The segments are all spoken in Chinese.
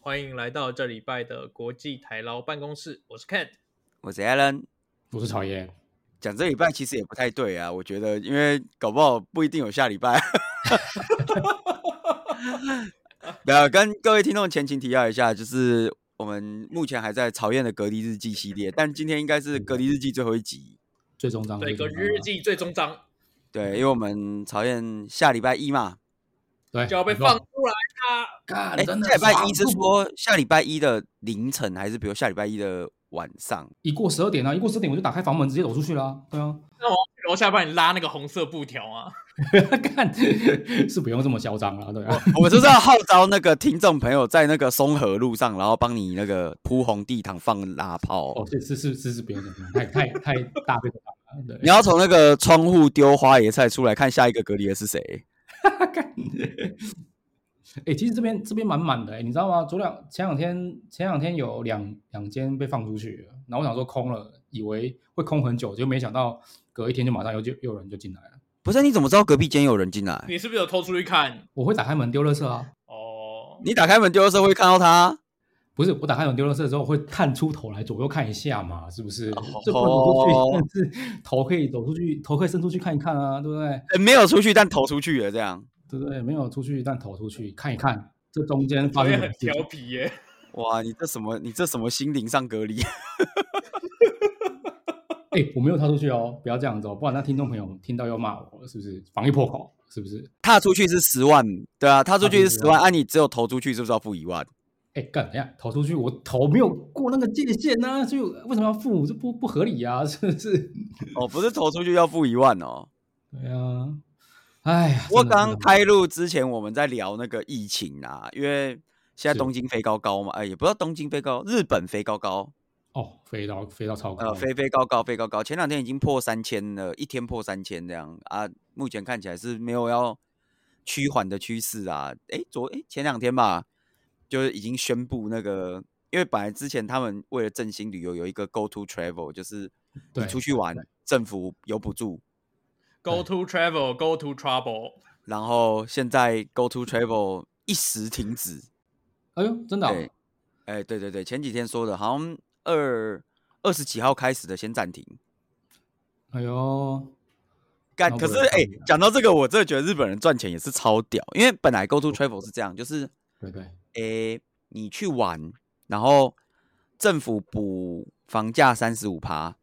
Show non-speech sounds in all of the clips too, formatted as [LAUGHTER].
欢迎来到这礼拜的国际台劳办公室，我是 Cat。我是 Alan。我是曹嗯燕，讲这礼拜其实也不太对啊，我觉得，因为搞不好不一定有下礼拜。 [LAUGHS] 没有，跟各位听众前情提要一下，就是我们目前还在曹燕的隔离日记系列，但今天应该是隔离日记最后一集。最终章对，最隔终离章日记最终章对，因为我们曹燕下礼拜一嘛，对就要被没错放出来啦。干哎、啊真的下礼啊拜一爽是说下礼拜一的凌晨，还是比如下礼拜一的晚 [LAUGHS] 上？一过十二点啊，一过十二点我就打开房门直接走出去啦、对啊， [LAUGHS] 楼下帮你拉那个红色布条啊，干是不用这么嚣张啦，对啊，我就是要号召那个听众朋友在那个松河路上，然后帮你那个铺红地毯放拉炮。哦，是是是是是不用这么太太太大费周章了，对，你要从那个窗户丢花椰菜出来，看下一个隔离的是谁？ [LAUGHS] 干。哎、其实这边这边满满的、欸，你知道吗？昨两前两天前两天有两两间被放出去了，然后我想说空了，以为会空很久，结果没想到隔一天就马上有就又有人就进来了。不是，你怎么知道隔壁间有人进哎来？你是不是有偷出去看？我会打开门丢垃圾啊，哦，你打开门丢的时候会看到他。不是我打开门丢垃圾之后会探出头来左右看一下嘛，是不是？哦这不能走出去，但是头可以走出去，头可以伸出去看一看啊，对不对？人没有出去，但投出去了，这样。对不对？没有出去，但头出去看一看，这中间发我也生什么很 [LAUGHS] 事调情？皮耶。哇，你这什么？你这什么心灵上隔离？哎、我没有踏出去哦，不要这样子哦，不然那听众朋友听到要骂我，是不是？防疫破口，是不是？踏出去是十万，对啊，踏出去是十万，踏出去10万啊，你只有投出去是不是要付一万？哎、干等一下投出去，我头没有过那个界限呢、所以为什么要付？这不不合理啊， [LAUGHS] 是不是？哦，不是投出去要付一万哦。对啊，哎呀，我真的刚真的开录之前我们在聊那个疫情啊，因为现在是东京飞高高嘛，哎，也不知道东京飞高，日本飞高高，哦，飞到飞到超高，呃，飞飞高高，飞高高，前两天已经破三千了，一天破三千这样啊，目前看起来是没有要趋缓的趋势啊。诶，昨诶前两天吧，就是已经宣布那个，因为本来之前他们为了振兴旅游有一个 Go to Travel，就是你对出去玩，政府有补助， Go to travel, go to trouble。然后现在 Go to Travel 一时停止。哎呦，真的、啊，对，哎，对对对，前几天说的，好像二二十几号开始的先暂停。哎呦，干，然后可不是能哎、参与啊讲到这个，我真的觉得日本人赚钱也是超屌，因为本来 Go to Travel 是这样，就是对对，哎、你去玩，然后政府补房价三十五趴，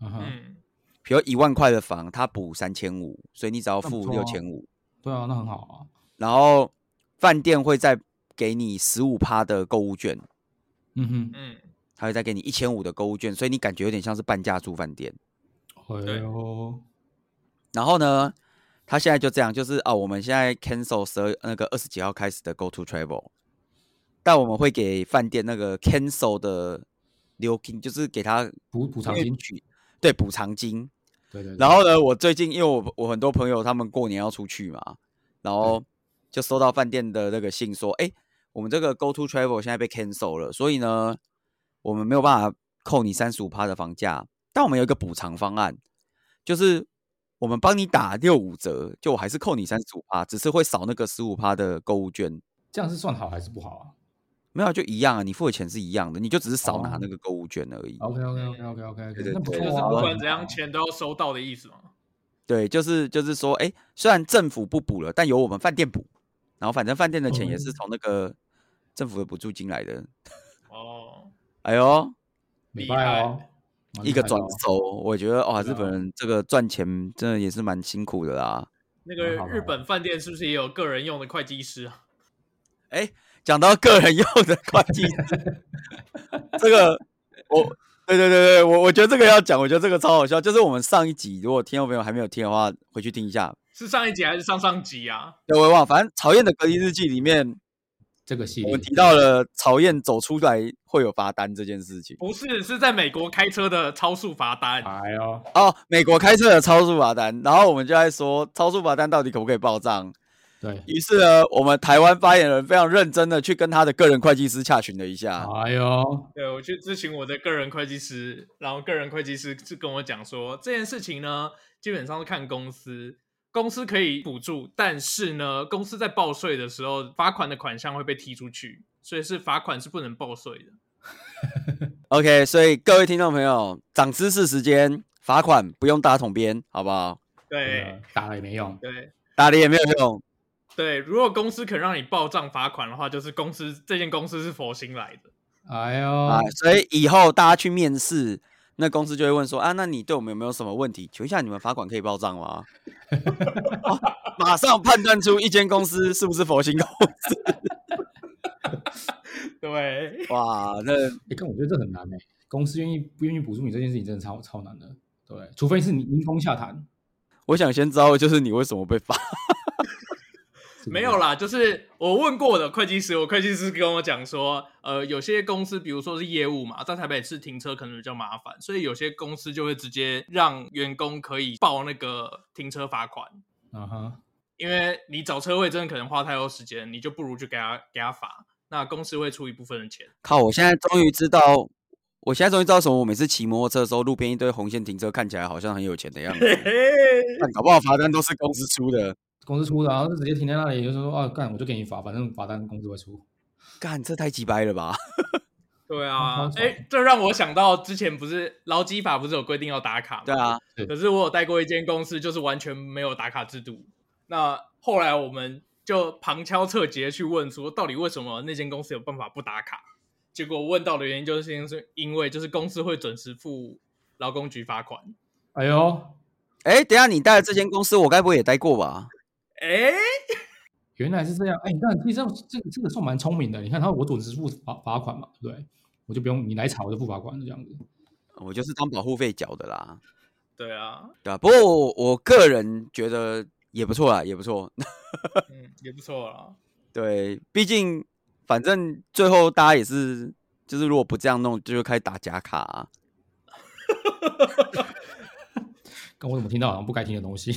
嗯哼，嗯，比如一万块的房，他补三千五，所以你只要那不付错六啊千五，对啊，那很好啊，然后饭店会再给你十五趴的购物券，嗯哼，嗯，他会再给你一千五的购物券，所以你感觉有点像是半价住饭店。哎呦，然后呢，他现在就这样，就是啊，我们现在 cancel 十二那个二十几号开始的 Go to Travel，但我们会给饭店那个 cancel 的留金，就是给他补补偿因为金，取对补偿金。对对对，然后呢，我最近因为我我很多朋友他们过年要出去嘛，然后就收到饭店的那个信说，哎，我们这个 Go to Travel 现在被 cancel 了，所以呢，我们没有办法扣你三十五趴的房价，但我们有一个补偿方案，就是我们帮你打六五折，就我还是扣你三十五趴，只是会少那个十五趴的购物券。这样是算好还是不好啊没有啊，就一样啊，你付的钱是一样的，你就只是少拿那个购物券而已。 ？OK OK OK OK OK，对对那不对嗯错就啊，是不哇管怎样，钱都要收到的意思嘛。对，就是就是说，哎，虽然政府不补了，但由我们饭店补，然后反正饭店的钱哦也是从那个政府的补助金来的。哦，哎呦，礼拜哦，一个转蛮厉害的哦手，我觉得哇，对日啊本人这个赚钱真的也是蛮辛苦的啦。那个蛮好的日本饭店是不是也有个人用的会计师啊？哎，讲到个人用 [LAUGHS] 的会计师这个我。对对对对，我我觉得这个要讲，我觉得这个超好笑。就是我们上一集，如果听众朋友还没有听的话，回去听一下。是上一集还是上上集啊？对，我也忘了，反正曹燕的隔离日记里面，这个系我列们提到了曹燕走出来会有罚单这件事情。不是，是在美国开车的超速罚单。哎呦，哦，美国开设了超速罚单，然后我们就在说超速罚单到底可不可以报账。对，于是呢，我们台湾发言人非常认真的去跟他的个人会计师洽询了一下。哎呦，对，我去咨询我的个人会计师，然后个人会计师就跟我讲说，这件事情呢，基本上是看公司，公司可以补助，但是呢，公司在报税的时候，罚款的款项会被踢出去，所以是罚款是不能报税的。 OK，所以各位听众朋友，长知识时间，罚款不用打桶边，好不好？对打了也没用。对打的也没有用。对，如果公司肯让你报账罚款的话，就是公司这间公司是佛心来的。 [LAUGHS] 哎呦，啊，所以以后大家去面试，那公司就会问说啊，那你对我们有没有什么问题？请问一下，你们罚款可以报账吗、哦马上判断出一间公司是不是佛心公司。对，哇，那哎、欸，但我觉得这很难哎、公司愿意不愿意补助你这件事情，真的超超难的。对，除非是你因公下谈，我想先知道就是你为什么被罚？是不没是有啦，就是我问过我的会计师，我会计师跟我讲说，呃，有些公司比如说是业务嘛，在台北市停车可能比较麻烦，所以有些公司就会直接让员工可以报那个停车罚款，啊哈，因为你找车位真的可能花太多时间，你就不如就给他给他罚，那公司会出一部分的 [LAUGHS] 钱。靠！我现在终于知道，我现在终于知道为什么我每次骑摩托车的时候，路边一堆红线停车，看起来好像很有钱的样 [LAUGHS] 子，嘿嘿，但搞不好罚单都是公司出的。公司出的，然后就直接停在那里，就是说啊，干我就给你罚，反正罚单公司会出。干，这太鸡掰了吧！ [LAUGHS] 对啊超，爽哎，这让我想到之前不是劳基法不是有规定要打卡吗？对啊，可是我有带过一间公司，就是完全没有打卡制度。那后来我们就旁敲侧击地去问说，到底为什么那间公司有办法不打卡？结果问到的原因就是，是因为就是公司会准时付劳工局罚款。哎呦，哎，等一下你带的这间公司，我该不会也待过吧？哎，原来是这样，哎、你看，其实这样这个这个算蛮聪明的。你看他，我准时付罚罚款嘛，对不对？我就不用你来查，我就付罚款，这样子。我就是当保护费缴的啦。对啊，对啊，不过我我个人觉得也不错啦，也不错。 [LAUGHS] 嗯，也不错啦。对，毕竟反正最后大家也是，就是如果不这样弄，就开始打假卡啊、跟我怎么听到好像不该听的东西？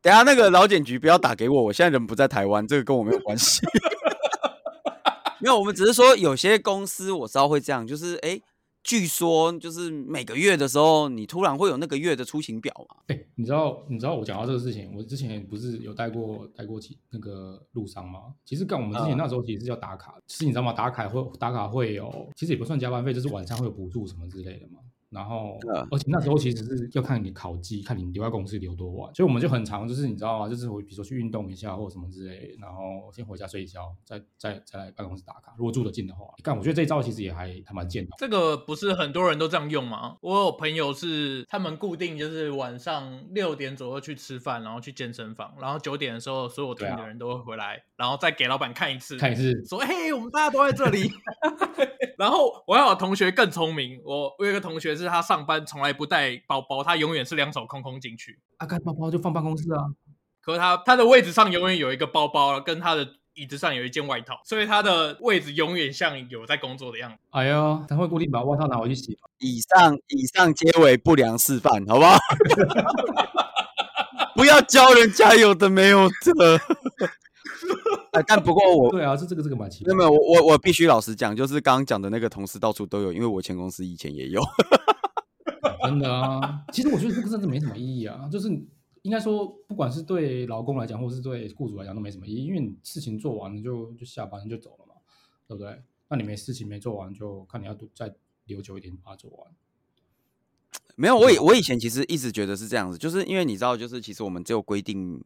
等一下那个劳检局不要打给我，我现在人不在台湾，这个跟我没有关系。 [LAUGHS] 没有，我们只是说有些公司我知道会这样，就是哎，诶据说就是每个月的时候，你突然会有那个月的出勤表嘛。哎、你知道你知道我讲到这个事情，我之前不是有带过带过其那个路商吗？其实干我们之前那时候其实是叫打卡，就是你知道吗？打卡会打卡会有，其实也不算加班费，就是晚上会有补助什么之类的嘛。然后嗯，而且那时候其实是要看你考绩，看你留在公司留多晚，所以我们就很常就是你知道吗？就是我比如说去运动一下或者什么之类，然后先回家睡一觉，再再再来办公室打卡。如果住得近的话，干我觉得这一招其实也还还蛮健的。这个不是很多人都这样用吗？我有朋友是他们固定就是晚上六点左右去吃饭，然后去健身房，然后九点的时候所有对店啊的人都会回来，然后再给老板看一次，看一次说：“嘿，我们大家都在这里。”然后我还有同学更聪明，我我有一个同学是他上班从来不带包包，他永远是两手空空进去。啊，干包包就放办公室啊，可是他他的位置上永远有一个包包，跟他的椅子上有一件外套，所以他的位置永远像有在工作的样子。哎呦，他会固定把外套拿回去洗吗以上以上皆为不良示范，好不好？ [LAUGHS] 不要教人家有的没有的。呃但不过我对啊，这这个这个蛮奇没怪有。没有，我我我必须老实讲，就是刚刚讲的那个同事到处都有，因为我前公司以前也有。 [LAUGHS] 真的啊，其实我觉得这个真的没什么意义啊，就是你应该说，不管是对劳工来讲，或是对雇主来讲，都没什么意义，因为你事情做完了就就下班就走了嘛，对不对？那你没事情没做完，就看你要多再留久一点把它做完。没有，我以我以前其实一直觉得是这样子，就是因为你知道，就是其实我们只有规定，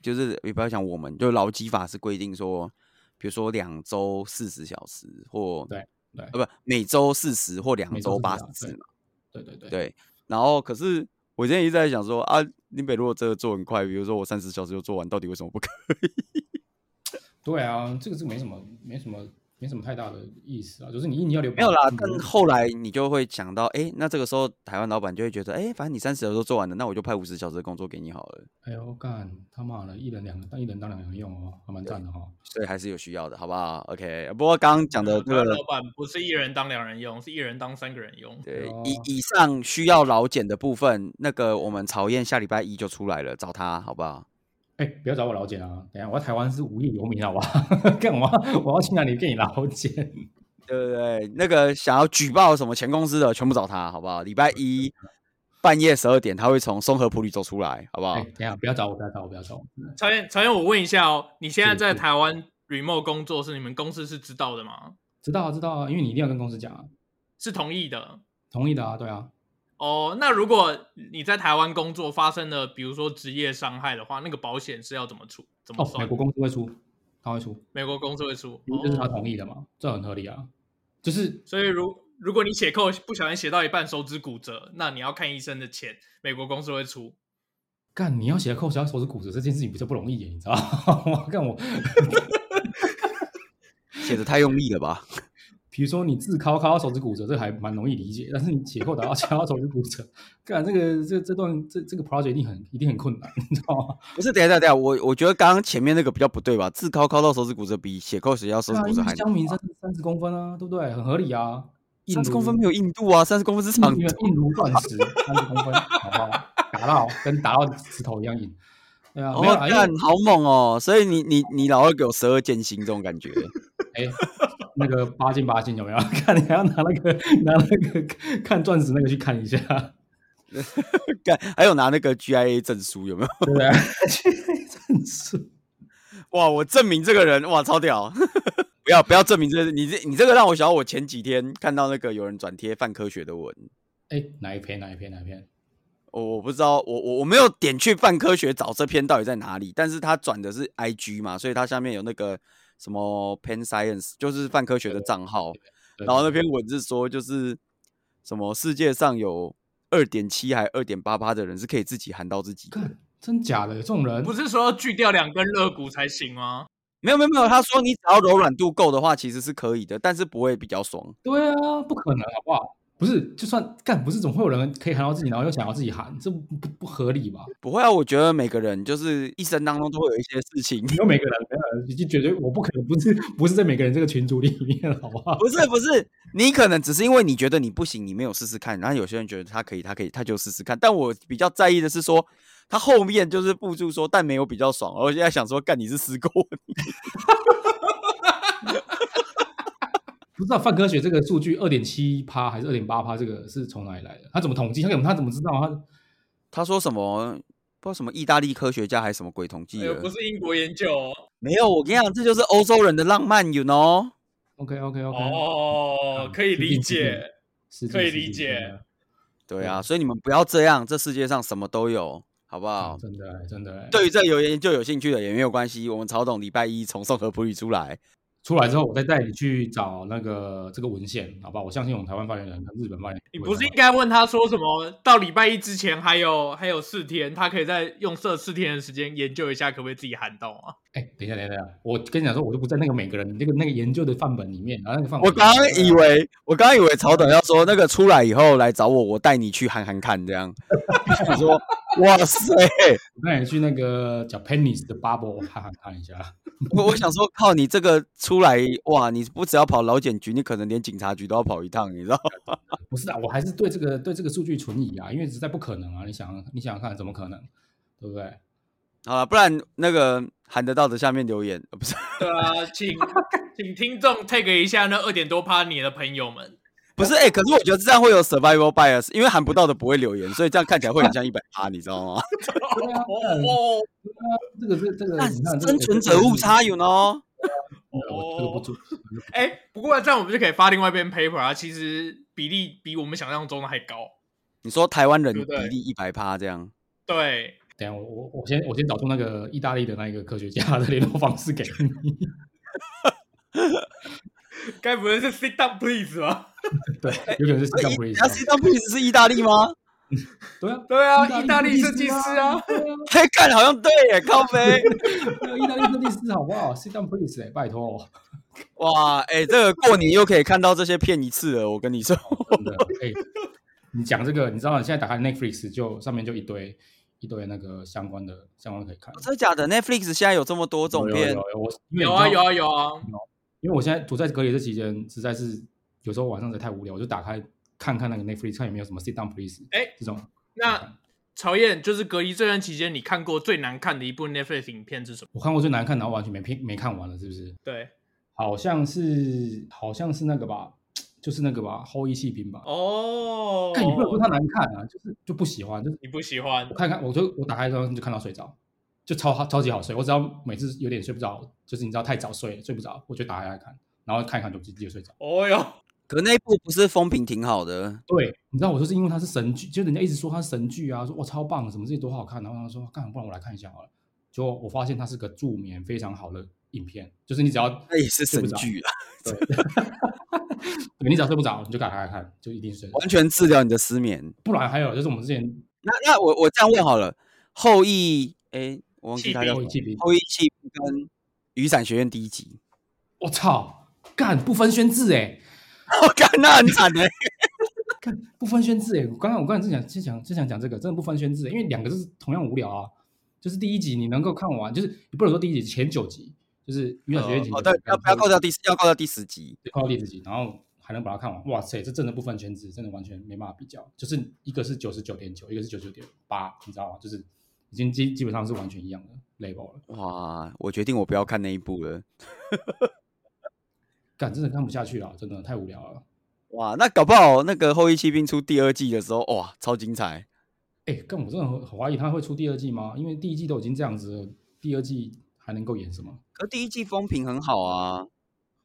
就是也不要讲我们，就劳基法是规定说，比如说两周四十小时或对对呃不每周四十或两每周周40八十啊四嘛。对对对，对，然后可是我现在一直在想说啊，林北如果真的做很快，比如说我三十小时就做完，到底为什么不可以？对啊，这个是没什么没什么没什么太大的意思啊，就是你硬要留啊没有啦，你但后来你就会想到，哎，那这个时候台湾老板就会觉得，哎，反正你三十小时都做完了，那我就派五十小时的工作给你好了，哎呦干他妈的，一人两个，但一人当两个人用哦，还蛮赞的哈、哦。所以还是有需要的，好不好？OK，不过刚刚讲的这他个老。板不是一人当两人用，是一人当三个人用。对，哦以以上需要劳检的部分，那个我们曹燕下礼拜一就出来了，找他好不好？哎、不要找我老检啊！等一下我在台湾是无业游民，啊好不好？ [LAUGHS] 干嘛？我要去哪里跟你老检？对不对？那个想要举报什么前公司的，全部找他，好不好？礼拜一半夜十二点，他会从松河埔里走出来，好不好？哎、等一下不要找我，不要找我，不要找我。曹燕，曹燕，我问一下哦，你现在在是是台湾 remote 工作是你们公司是知道的吗？知道啊，知道啊，因为你一定要跟公司讲啊，是同意的。同意的啊，对啊，哦，那如果你在台湾工作发生了，比如说职业伤害的话，那个保险是要怎么出？怎么哦，美算？国公司会出，他会出，美国公司会出。因为这是他哦，同意的嘛，这很合理啊。就是所以如如果你写扣不小心写到一半手指骨折，那你要看医生的钱，美国公司会出。干你要写扣小手指骨折这件事情比较不容易耶，你知道吗？ [LAUGHS] 干我，写的太用力了吧？ [LAUGHS] 比如说你自敲敲到手指骨折，这还蛮容易理解，但是你写扣打到敲到手指骨折，干这个这这段这这个 project 一定很一定很困难，你知道吗？不是，等一下，等一下，我我觉得刚刚前面那个比较不对吧？自敲敲到手指骨折比血扣血到手对指啊，骨因折为还乡民难三三十公分啊，对不对？很合理啊，吧。三十硬嗯公分如没有硬度啊，三十公分是长硬硬如钻石，三十公分，好不好？打到跟打到石头一样硬。对啊，哦没有，啊，因为干好猛哦！所以你你你老二给我十二剑心这种感觉， [LAUGHS] 哎，那个八进八进有没有？ [LAUGHS] 看你还要拿那个拿那个看钻石那个去看一下，干还有拿那个 GIA 证书有没有？ [LAUGHS] 对不对？ [LAUGHS] 真是哇，我证明这个人哇超屌！ [LAUGHS] 不要不要证明这你这你这个让我想到我前几天看到那个有人转贴泛科学的文，哎，哪一篇哪一篇哪一篇？哦我我不知道，我我我没有点去泛科学找这篇到底在哪里，但是他转的是 IG 嘛，所以他下面有那个什么 Pen Science，就是泛科学的账号，对然后那篇文字说就是什么世界上有二点七还二点八八的人是可以自己喊到自己的，看真假的有这种人不是说要锯掉两根肋骨才行吗？没有没有没有，他说你只要柔软度够的话，其实是可以的，但是不会比较爽。对啊，不可能好不好？不是，就算干，不是总会有人可以喊到自己，然后又想要自己喊，这不不不合理吧？不会啊，我觉得每个人就是一生当中都会有一些事情，没有每个人，没有人，已经绝对我不可能不是不是在每个人这个群组里面，好不好？ [LAUGHS] 不是不是，你可能只是因为你觉得你不行，你没有试试看，然后有些人觉得他可以，他可以，他就试试看。但我比较在意的是说，他后面就是附注说，但没有比较爽。我现在想说，干你是死狗， [LAUGHS] 不知道泛科学这个数据二点七趴还是二点八趴，这个是从哪里来的？他怎么统计？他怎么他怎么知道？他他说什么？不知道什么意大利科学家还是什么啊鬼统计哎的呦，不是英国研究哦。没有，我跟你讲，这就是欧洲人的浪漫，you know？ OK OK OK，、哦，可以理解。是可以理解对对嗯啊，所以你们不要这样，这世界上什么都有，好不好嗯啊，？真的真的。，对于这有研究有兴趣的也没有关系，我们曹董礼拜一从宋和普语出来，出来之后我再带你去找那个这个文献，好吧？我相信我们台湾发言人跟日本发言人，你不是应该问他说什么？到礼拜一之前还有还有四天，他可以再用这四天的时间研究一下，可不可以自己喊到啊？哎，等一下，等一下，等一下我跟你讲说，我就不在那个每个人那个那个研究的范本里面，然后那个范本我里面刚刚以为，我刚刚以为曹董要说那个出来以后来找我，我带你去喊喊看这样。我说，哇塞！我带你去那个叫 Pennies 的 Bubble 看看看一下，我我想说，靠你这个出来，哇，你不只要跑劳检局，你可能连警察局都要跑一趟，你知道？ [LAUGHS] 不是啊，我还是对这个对这个数据存疑啊，因为实在不可能啊！你想你想想看，怎么可能，对不对？好了，不然那个喊得到的下面留言，呃不是 [LAUGHS] 对啊，请请听众 take 一下那二点多趴你的朋友们。不是，哎、可是我觉得这样会有 survival bias，因为喊不到的不会留言，所以这样看起来会很像一百趴，你知道吗？对啊，哦这个是这个，但你看这个生存者误，差，you know？这个我这个不准。哎、不过这样我们就可以发另外一篇 paper 啊，其实比例比我们想象中的还高。你说台湾人对不比对例一百趴这样，对，等一下我我我先我先找出那个意大利的那一个科学家的联络方式给 [LAUGHS] 你。该不会是 sit down please 吧？对， [LAUGHS] 有可能是哎 Sam 你要 Breeze 啊。知道 please 是意大利吗？对啊，对啊，意大利设设计计师师啊，，对啊， [LAUGHS] 嘿，看哎好像对耶，靠背。对啊意大利设计师好不好？Sit down please，哎拜托，哇，哎、这个过年又可以看到这些片一次了，我跟你说。真的哎。你讲这个，你知道你现在打开 Netflix 就上面就一堆一堆那个相关的相关的可以看。真的假的？Netflix 现在有这么多种有有片有有我因为有你啊知道有啊有啊，因为我现在躲在隔离这期间，实在是有时候晚上实在太无聊，我就打开看看那个 Netflix，看有没有什么 Sit Down Please，哎这种。那曹燕就是隔离这段期间，你看过最难看的一部 Netflix 影片是什么？我看过最难看，然后完全没片没看完了，是不是？对，好像是好像是那个吧，就是那个吧，后羿弃兵吧。哦，看你不能说它难看啊，就是就不喜欢，就是你不喜欢我看看，我就我打开之后就看到睡着，就超好超级好睡。我只要每次有点睡不着，就是你知道太早睡了睡不着，我就打开来看，然后看一看就直接睡着。哦哟，可那一部不是风评挺好的，对，你知道我说是因为它是神剧，就人家一直说它是神剧啊，说哇超棒，什么事情多好看，然后他说干，不然我来看一下好了。结果我发现它是个助眠非常好的影片，就是你只要那也是神睡不着剧啊，对你只要睡不着，你就打开来看，就一定睡得着。完全治疗你的失眠。不然还有就是我们之前那那我我这样问好了，后羿哎，我忘记弃他兵叫后什一么季比，后羿弃兵跟雨伞学院第一 [LAUGHS] 集，我操，干不分宣制哎、欸，我干那很惨哎，干不分宣制哎、欸！我刚刚我刚才正想正想正想讲这个，真的不分宣制欸、因为两个就是同样无聊啊。就是第一集你能够看完，就是你不能说第一集前九集，就是娱乐学院前哦九集对，要不要扣扣掉第要扣掉第十集？扣掉自己，然后还能把它看完。哇塞，这真的不分宣制，真的完全没办法比较。就是一个是九十九点九，一个是九十九点八，你知道吗？就是已经基基本上是完全一样的 level 了。哇，我决定我不要看那一部了。干真的看不下去了，真的太无聊了。哇，那搞不好那个《后羿弃兵》出第二季的时候，哇，超精彩！哎，干我真的很很怀疑他会出第二季吗？因为第一季都已经这样子了，第二季还能够演什么？可第一季风评很好啊，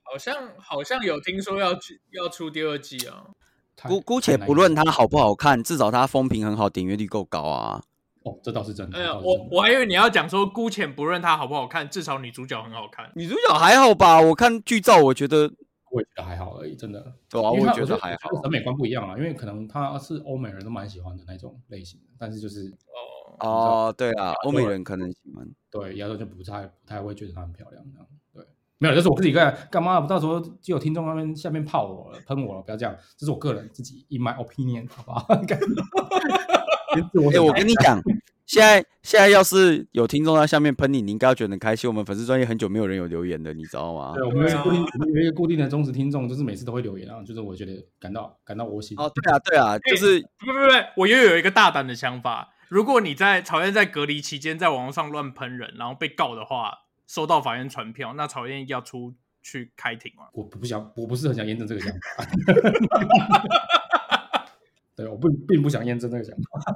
好像好像有听说要去要出第二季啊，太姑姑且太难不演了论它好不好看，至少它风评很好，点阅率够高啊。哦，这倒是真的。哎呀，这倒是我真的我还以为你要讲说，姑且不论它好不好看，至少女主角很好看。 [LAUGHS] 女主角还好吧？我看剧照，我觉得我也觉得还好而已，真的。对啊，因为我他觉我得还好我觉审美观不一样啊，因为可能他是欧美人都蛮喜欢的那种类型的，但是就是哦，哦。对啊，欧美对人可能喜欢。对嗯亚洲就不太不太会觉得她很漂亮这样。对，没有，这是我自己个人干嘛？到时候就有听众那边下面泡我了，喷我了，不要这样，这是我个人自己 in my opinion，好不 [LAUGHS] 好？ [LAUGHS] 干自我哎、审我查跟你 [LAUGHS] 讲，现在现在要是有听众在下面喷你，你应该要觉得很开心。我们粉丝专业很久没有人有留言的，你知道吗对，？我们有一对个啊固定，我们有一个固定的忠实听众，就是每次都会留言啊，就是我觉得感到感到窝心。哦，对啊，对啊，就是不不不，我又有一个大胆的想法：如果你在曹燕在隔离期间在网络上乱喷人，然后被告的话，收到法院传票，那曹燕要出去开庭吗？我不想，我不是很想验证这个想法。 [LAUGHS] 对，我不并不想验证这个想法。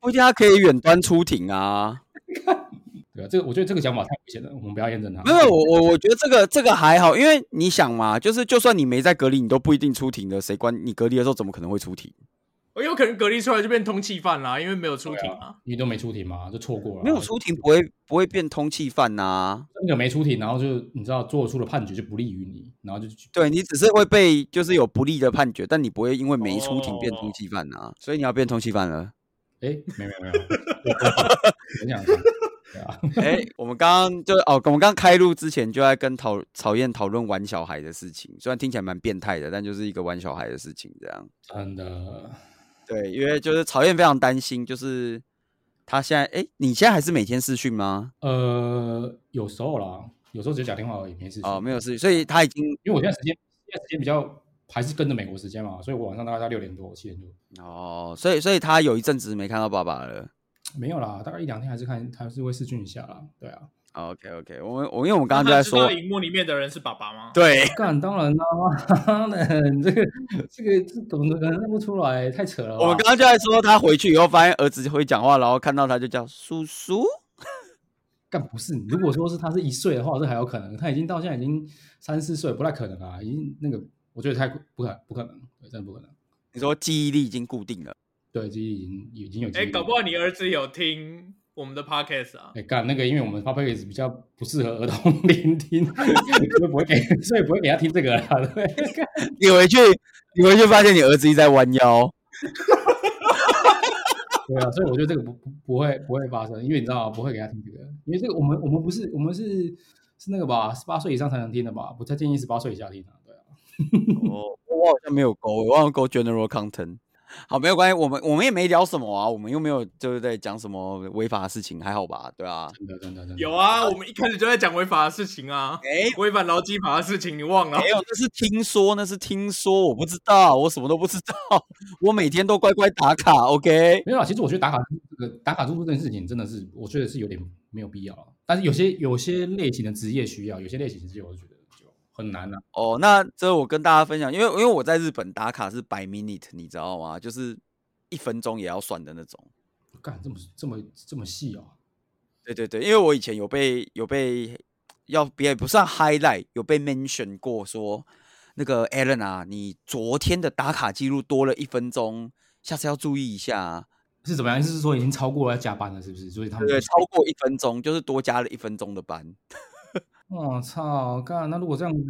不一定他可以远端出庭啊。对啊，这个我觉得这个想法太危险了，我们不要验证它。没有，我我我觉得这个这个还好，因为你想嘛，就是就算你没在隔离，你都不一定出庭的。谁管你隔离的时候怎么可能会出庭？我哦有可能隔离出来就变通缉犯啦，因为没有出庭啊。你都没出庭嘛，就错过了。啊没有出庭不会不会变通缉犯呐、那个没出庭，然后就你知道做出了判决就不利于你，然后就去对你只是会被就是有不利的判决，但你不会因为没出庭变通哦缉犯啊。所以你要变通缉犯了。哎，没有没有没有，我我想说，对啊，哎、我们刚刚就哦，我们刚开录之前就在跟讨讨厌讨论玩小孩的事情，虽然听起来蛮变态的，但就是一个玩小孩的事情这样。真的对，因为就是曹燕非常担心，就是他现在哎、你现在还是每天视讯吗？呃，有时候啦，有时候只是打电话而已，没事。哦，没有，视讯，所以他已经因为我现在时间现在时间比较还是跟着美国时间嘛，所以我晚上大概在六点多七点多。哦，所以所以他有一阵子没看到爸爸了。没有啦，大概一两天还是看，还是会试训一下啦。对啊， OK OK，我哦们我因为我们刚刚就那他在知道说，荧幕里面的人是爸爸吗？对，干当然啦，当然这个这个这怎么可能认不出来？太扯了吧。我们刚刚就在说他回去以后发现儿子会讲话，然后看到他就叫叔叔。干不是，如果说是他是一岁的话，这还有可能。他已经到现在已经三四岁，不太可能啊，已经那个我觉得太不可不可能，对，真的不可能。你说记忆力已经固定了， [LAUGHS] 对，这已经已经有记忆哎、力。搞不好你儿子有听我们的 podcast 啊。哎干那个，因为我们 p o d c a s 比较不适合儿童 [LAUGHS] 聆听，所以不会给，所以不会给他听这个啦。对，干你回去你回去发现你儿子一直在弯腰。对啊，所以我觉得这个不不不会不会发生，因为你知道吗啊不会给他听这个，因为这个我们我们不是我们是是那个吧，十八岁以上才能听的吧，不太建议十八岁以下听啊，对啊，哦，我好像没有勾，我好像勾 general content。好，没有关系，我们我们也没聊什么啊，我们又没有就是在讲什么违法的事情，还好吧？对啊。真的真的真的有，啊，我们一开始就在讲违法的事情啊，哎、违反劳基法的事情，你忘了？没有，那是听说，那是听说，我不知道，我什么都不知道，我每天都乖乖打卡，OK？没有啦，其实我觉得打卡这个打卡住宿这件事情真的是我觉得是有点没有必要啊，但是有些有些类型的职业需要，有些类型的职业我就觉得就很难啊，哦，那这我跟大家分享，因为因为我在日本打卡是 by minute，你知道吗？就是一分钟也要算的那种。干这么这么这么细哦，对对对，因为我以前有被有被要别不算 highlight，有被 mention 过说那个 Alan 啊，你昨天的打卡记录多了一分钟，下次要注意一下啊。是怎么样？是说已经超过了要加班了，是不是？所以他们对，超过一分钟就是多加了一分钟的班。我操，干！那如果这样子，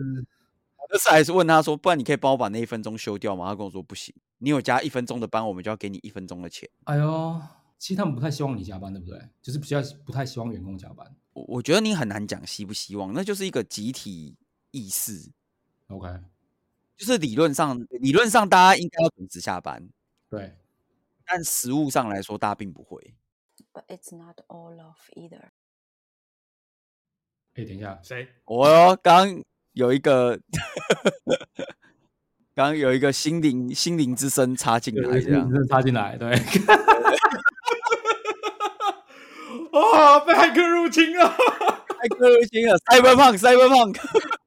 我那次还是问他说，不然你可以帮我把那一分钟修掉吗？他跟我说不行，你有加一分钟的班，我们就要给你一分钟的钱。哎呦，其实他们不太希望你加班，对不对？就是比较不太希望员工加班。我我觉得你很难讲希不希望，那就是一个集体意识， OK，就是理论上理论上大家应该要准时下班，对，但实物上来说，大家并不会。 But it's not all of either. 哎，等一下，谁？我哟，刚有一个，刚有一个心灵心灵之声插进来，这 [LAUGHS] 样真的插进来，对，啊，被骇客入侵了！太恶心了，Cyberpunk Cyberpunk，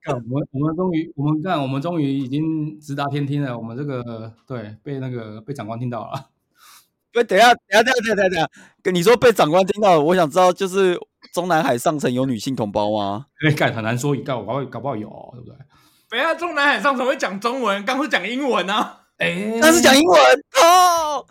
干我们我们终于我们干我们终于已经直达天听了，我们这个对被那个被长官听到了， [LAUGHS] 不，等一下等一下等一下等一下等一下，跟你说被长官听到了，我想知道就是中南海上层有女性同胞吗？哎，干很难说，干我搞不好搞不好有哦，对不对？等一下中南海上怎么会讲中文？刚是讲英文啊！哎但是讲英文哦。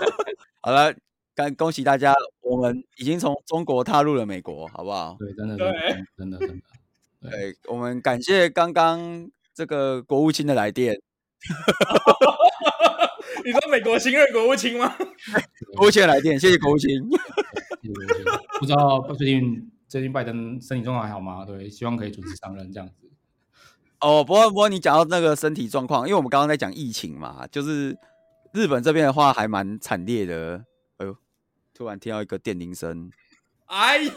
[LAUGHS] 好了，干恭喜大家，我们已经从中国踏入了美国，好不好？对，真的，对真的，真的，真的，对，我们感谢刚刚这个国务卿的来电。你说美国新任国务卿吗？国务卿的来电，谢谢国务卿。谢谢谢谢不知道最近最近拜登身体状况还好吗？对，希望可以准时上任这样子。哦，不过不过你讲到那个身体状况，因为我们刚刚在讲疫情嘛，就是日本这边的话还蛮惨烈的。哎呦，突然听到一个电铃声，哎呀，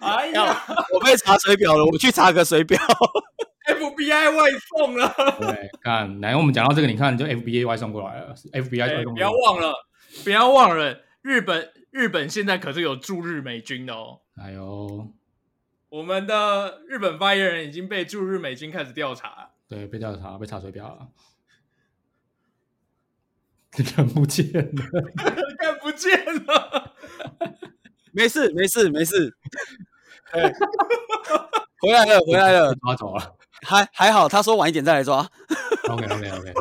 哎呀我被查水表了，我去查个水表。 ，FBI 外送了！对，干，来，我们讲到这个，你看，就 FBI 外送过来了，FBI 外哎送不过来要了，忘了，不要忘了，日本日本现在可是有驻日美军的哦。哎呦，我们的日本发言人已经被驻日美军开始调查。对，被调查，被查水表了， [LAUGHS] 人不见了， [LAUGHS] [LAUGHS] 看不见了， [LAUGHS] 没事没事没事，哎 [LAUGHS] 回来了回来了被，抓走了。还还好，他说晚一点再来抓。 OK OK OK，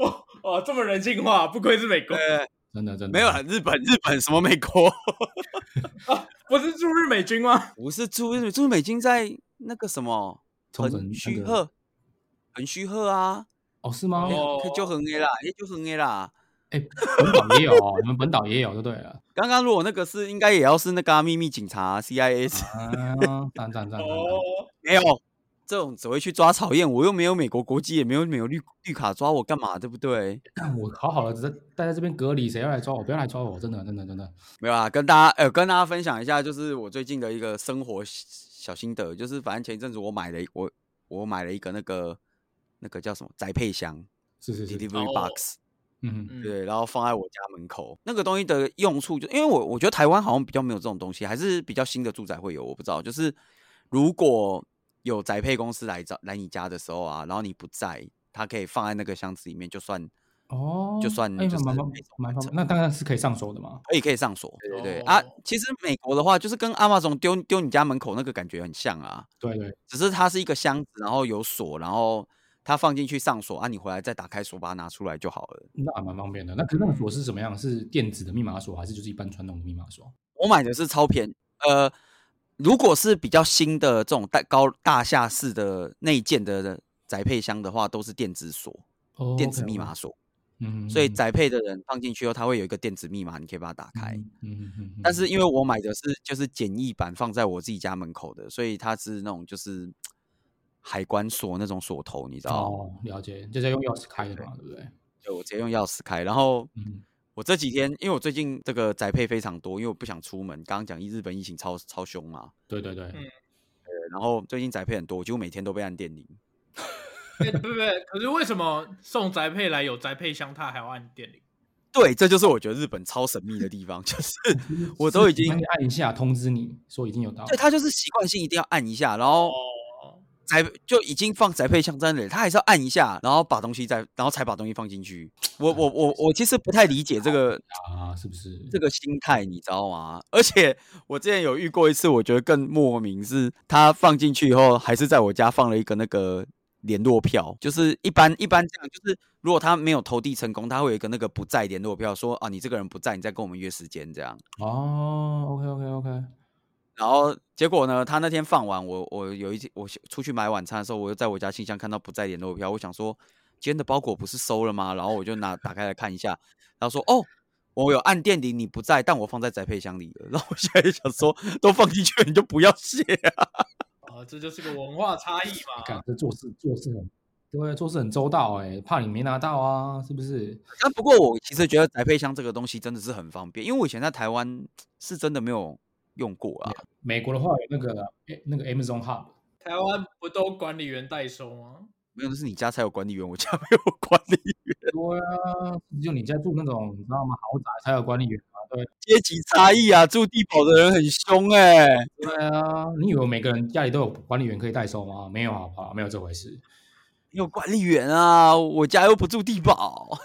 哇哇，哦这么人性化，不愧是美国，对，真的真的没有了，啊日本日本什么美国？不是驻日美军吗？不是驻日驻日美军在那个什么冲绳横须那个贺，横须贺啊，哎哦，是吗？哦可以就横 A 啦，也就横 A 啦。哎，本岛也有哦，你们本岛也有就对了。刚刚如果那个是，应该也要是那个啊、秘密警察 CIA，、啊，赞赞赞赞！ [LAUGHS] 哦， [LAUGHS] 没有这种只会去抓讨厌，我又没有美国国籍，也没有美国绿绿卡，抓我干嘛？对不对？但我好好的在待在这边隔离，谁要来抓我？不要来抓我！真的真的真的。没有啊，跟大家呃跟大家分享一下，就是我最近的一个生活小小心得，就是反正前一阵子我买了一我我买了一个那个那个叫什么宅配箱是是是， delivery 哦 box，、嗯哼，嗯，对，然后放在我家门口。那个东西的用处就，因为我我觉得台湾好像比较没有这种东西，还是比较新的住宅会有，我不知道。就是如果有宅配公司来找来你家的时候啊，然后你不在，它可以放在那个箱子里面，就算哦，就算哎，就是蛮蛮配送完蛮方成便，那当然是可以上锁的嘛。可以可以上锁。对对对、哦啊，其实美国的话，就是跟 Amazon 丢丢你家门口那个感觉很像啊，对对，只是它是一个箱子，然后有锁，然后它放进去上锁啊，你回来再打开锁把它拿出来就好了。那还蛮方便的。那可是那种锁是怎么样？是电子的密码锁，还是就是一般传统的密码锁？我买的是超便，呃，如果是比较新的这种大高大厦式的内建的宅配箱的话，都是电子锁、哦电子 OK，密 OK 码锁，嗯，所以嗯宅配的人放进去后，它会有一个电子密码，你可以把它打开。，嗯嗯嗯嗯但是因为我买的是就是简易版，放在我自己家门口的，所以它是那种就是海关锁那种锁头，你知道吗？哦，了解，就是要用钥匙开的嘛，对不对？就我直接用钥匙开，然后嗯，我这几天因为我最近这个宅配非常多，因为我不想出门，刚刚讲日本疫情超超凶嘛，对对对，嗯然后最近宅配很多，我几乎每天都被按电铃。哎不不不，可是为什么送宅配来有宅配箱，他还要按电铃？对，这就是我觉得日本超神秘的地方， [LAUGHS] 就是我都已经帮你按一下通知你说已经有到，对他就是习惯性一定要按一下，然后哦，宅就已经放宅配箱在那里，他还是要按一下，然后把东西再，然后才把东西放进去。我我我我其实不太理解这个啊，是不是？这个心态，你知道吗？而且我之前有遇过一次，我觉得更莫名是，他放进去以后，还是在我家放了一个那个联络票，就是一般一般这样，就是如果他没有投递成功，他会有一个那个不在联络票，说啊你这个人不在，你再跟我们约时间这样。哦，OK OK OK，然后结果呢，他那天放完，我我有一天我出去买晚餐的时候，我又在我家信箱看到不在联络票，我想说今天的包裹不是收了吗？然后我就拿打开来看一下，然后说哦。我有按电铃，你不在，但我放在宅配箱里了。 [LAUGHS] 然后我现在就想说，都放进去了，你就不要谢啊！啊，这就是个文化差异嘛。干这做事做事很对，做事很周到哎、怕你没拿到啊，是不是？ [LAUGHS] 但不过我其实觉得宅配箱这个东西真的是很方便，因为我以前在台湾是真的没有用过啊。美国的话有那个诶那个 Amazon Hub，台湾不都管理员代收吗？没有，那是你家才有管理员，我家没有管理员，对啊，就你家住那种你知道吗豪宅才有管理员啊，对阶级差异啊！住地堡的人很凶哎、对啊，你以为每个人家里都有管理员可以代收吗？没有好不好？没有这回事。有管理员啊，我家又不住地 [LAUGHS] 堡，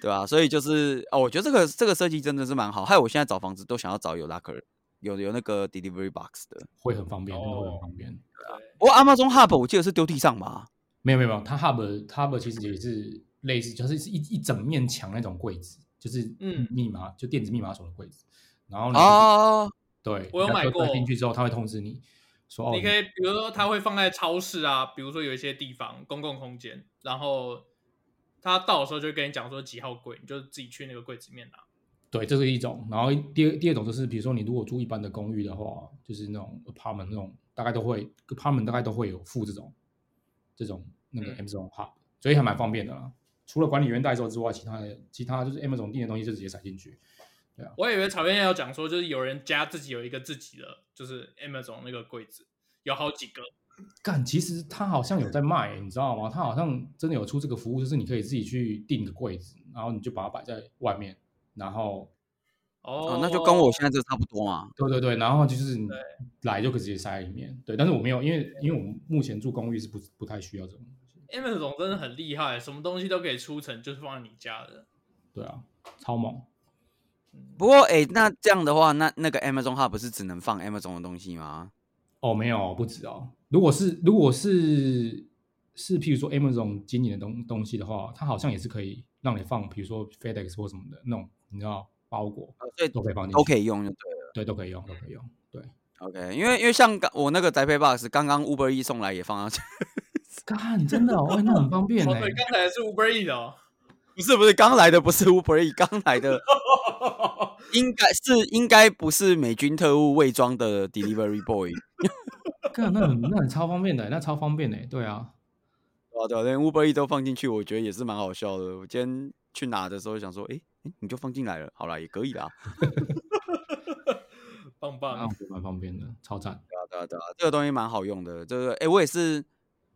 对吧、所以就是哦，我觉得这个这个设计真的是蛮好，害我现在找房子都想要找有 locker 有有那个 delivery box 的。会很方便，真的会哦很方便。不过 Amazon Hub 我记得是丢地上吧？没有没有没有，它 Hub Hub 其实也是类似，就是是一一整面墙那种柜子，就是嗯密码、就电子密码锁的柜子。然后你哦，对，我有你要买过进去之后，它会通知你说哦，你可以，比如说它会放在超市啊，比如说有一些地方公共空间，然后他到的时候就会跟你讲说几号柜，你就自己去那个柜子里面拿。对，这是一种。然后第二第二种就是，比如说你如果住一般的公寓的话，就是那种 apartment 那种，大概都会 apartment 大概都会有附这种这种那个嗯 Amazon Hub，、所以还蛮方便的啦。除了管理员代收之外，其他的其他就是 Amazon 订的东西就直接塞进去。我以为草原要讲说，就是有人家自己有一个自己的，就是 Amazon 那个柜子，有好几个。干，其实他好像有在卖，你知道吗？他好像真的有出这个服务，就是你可以自己去订个柜子，然后你就把它摆在外面，然后哦哦，那就跟我现在这个差不多嘛。对对对，然后就是你对在来就可以直接塞在里面。对，但是我没有，因为因为我目前住公寓是不不太需要这种东西。 Amazon 真的很厉害，什么东西都可以出成，就是放在你家的。对啊，超猛。不过哎、那这样的话，那那个 Amazon Hub 是只能放 Amazon 的东西吗？哦，没有，不止哦。如果是如果是是，譬如说 Amazon 经营的东东西的话，它好像也是可以让你放，比如说 FedEx 或什么的那种，你知道包裹哦所以都可以放进去，都可以用就对了。对，都可以用，都可以用。对， OK，因为因为像刚我那个宅配 box 刚刚 Uber E 送来也放上去，干，真的哦，哎，那很方便哦，呢。对，欸刚才是 Uber E 的、哦。 [LAUGHS] 不是不是刚来的不是 Uber E，刚来的哦应该是应该不是美军特务伪装的 delivery boy，干，那很那很超方便的，那超方便的，对啊。对啊对啊，连 Uber E 都放进去，我觉得也是蛮好笑的。我今天去拿的时候想说，诶，诶你就放进来了，好啦，也可以啦。 [LAUGHS] 棒那棒我，哦觉得蛮方便的，超赞。对啊对啊对啊，这个东西蛮好用的。这个诶，我也是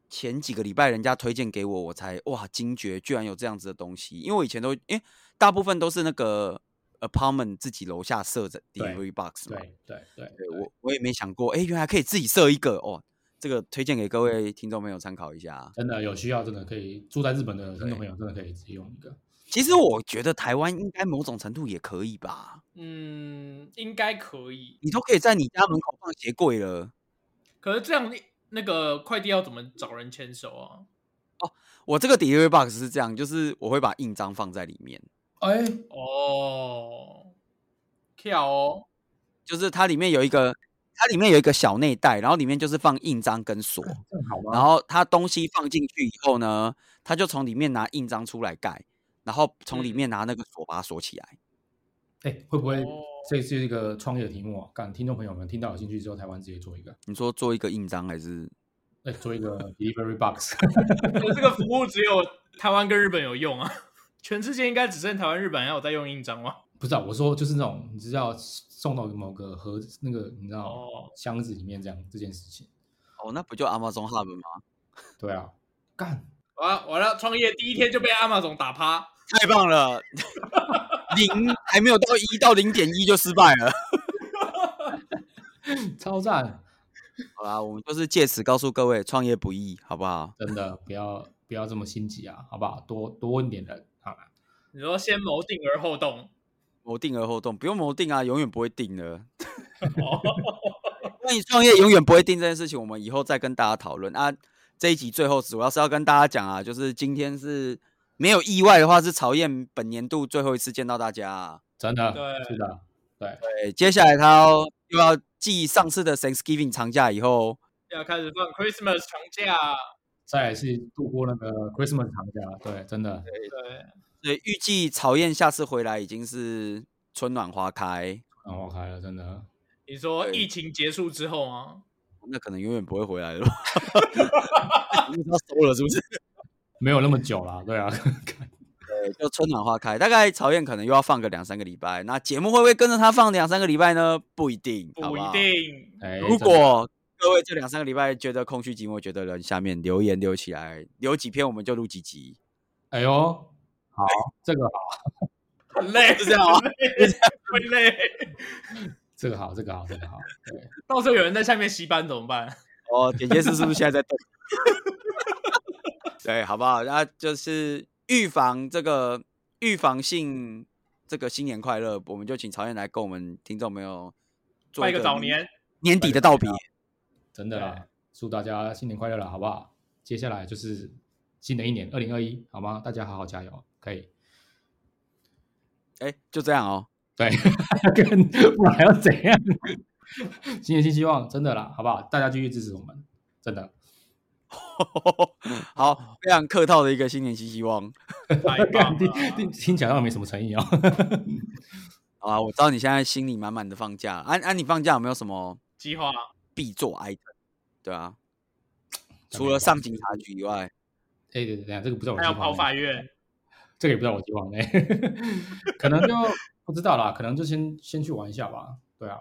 前几个礼拜人家推荐给我，我才哇惊觉，居然有这样子的东西。因为我以前都因为大部分都是那个 apartment 自己楼下设的对 delivery box 嘛，对对对对我我也没想过，哎、原来可以自己设一个哦。这个推荐给各位听众朋友参考一下。啊真的有需要，真的可以住在日本的听对众朋友，真的可以自己用一个。其实我觉得台湾应该某种程度也可以吧，嗯，应该可以。你都可以在你家门口放鞋柜了。可是这样，那个快递要怎么找人签收啊？我这个 delivery box 是这样，就是我会把印章放在里面，哎，哦，跳哦，就是它里面有一个，它里面有一个小内袋，然后里面就是放印章跟锁，这样好然吗？后它东西放进去以后呢，它就从里面拿印章出来盖，然后从里嗯面拿那个锁把它锁起来。哎，会不会哦这是一个创业的题目啊？干，听众朋友们听到有兴趣之后，台湾直接做一个，你说做一个印章还是？哎，做一个 delivery box。 [LAUGHS] 可是这个服务只有台湾跟日本有用啊， [LAUGHS] 全世界应该只剩台湾、日本还有在用印章吗？不是啊，我说就是那种你知道送到某个盒子那个你知道哦，箱子里面这样这件事情。哦，那不就 Amazon Hub 吗？对啊，干，完了啊完了，创业第一天就被阿玛总打趴，太棒 [LAUGHS] 了，零还没有到一到零点一就失败了。超赞。好啦，我们就是借此告诉各位，创业不易，好不好？真的不要不要这么心急啊，好不好？多多问点人，好啦。你说先谋定而后动，谋定而后动，不用谋定啊，永远不会定的。哦， [LAUGHS] 关于创业永远不会定这件事情，我们以后再跟大家讨论啊。这一集最后主要是要跟大家讲啊，就是今天是没有意外的话，是曹燕本年度最后一次见到大家、啊。真的，对是的，对，对，接下来他要又要继上次的 Thanksgiving 长假以后，要开始放 Christmas 长假，再来是度过那个 Christmas 长假，对，真的，对，对，预计曹燕下次回来已经是春暖花开，然后开哦了，真的，你说对疫情结束之后吗？那可能永远不会回来了吧？ [LAUGHS] 你要收了是不是？没有那么久啦，对啊， [LAUGHS] 看对，就春暖花开，大概曹燕可能又要放个两三个礼拜，那节目会不会跟着他放两三个礼拜呢？不一定，好不好一定，哎，如真的果各位这两三个礼拜觉得空虚寂寞，觉得人下面留言留起来，留几篇我们就录几集。哎呦，好，这个好，很累， [LAUGHS] 是这样吗很累 [LAUGHS] 会累。这个好，这个好，这个好，对，到时候有人在下面洗版怎么办？哦，简介是是不是现在在动？ [LAUGHS] 对，好不好？那就是预防这个预防性这个新年快乐，我们就请曹燕来跟我们听众朋友做拜个早年，年底的道别。真的啦，祝大家新年快乐了，好不好？接下来就是新的一年，二零二一，好吗？大家好好加油，可以。哎，就这样哦。对， [LAUGHS] 跟不然要怎样？ [LAUGHS] 新年新希望，真的啦，好不好？大家继续支持我们，真的。 [LAUGHS] 好，非常客套的一个新年新希望太棒了听听听起来好像没什么诚意哦。好啊！我知道你现在心里满满的放假，安、安，你放假有没有什么计划必做 item，对啊，那除没了有上警察局以外，哎，对对对，这个不在我还计要划跑内法院，这个也不在我计划内， [LAUGHS] 可能就不知道啦，可能就先先去玩一下吧。对啊，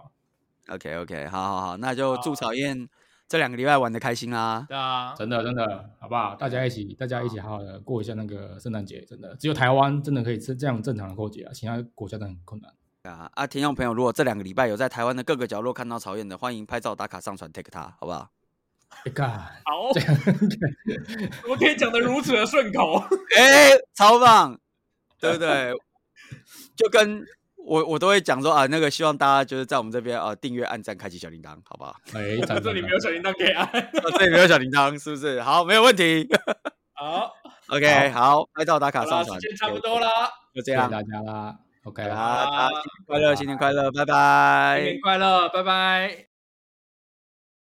OK OK，好好好，那就祝曹燕这两个礼拜玩的开心啦。对啊，真的真的，好不好？大家一起，大家一起好好的过一下那个圣诞节，真的，只有台湾真的可以这这样正常的过节啊，其他国家真的很困难。啊啊，听众朋友，如果这两个礼拜有在台湾的各个角落看到曹燕的，欢迎拍照打卡上传 take 他，好不好？哎干，好， [LAUGHS] 怎么可以讲的如此的顺口？哎、超棒，对不对？ [LAUGHS] 就跟我我都会讲说啊，那个希望大家就是在我们这边啊订阅、按赞、开启小铃铛，好不好？哎，[LAUGHS] 赞这里没有小铃铛可以按。 [LAUGHS] 啊、这里没有小铃铛，是不是？好，没有问题。 [LAUGHS] 好， OK，好，拍照打卡好啦，赞时赏，间差不多啦，就这谢样谢。大家啦，OK 啦。啊，大家好新年快乐，新年新快乐，拜拜年。快乐，拜拜。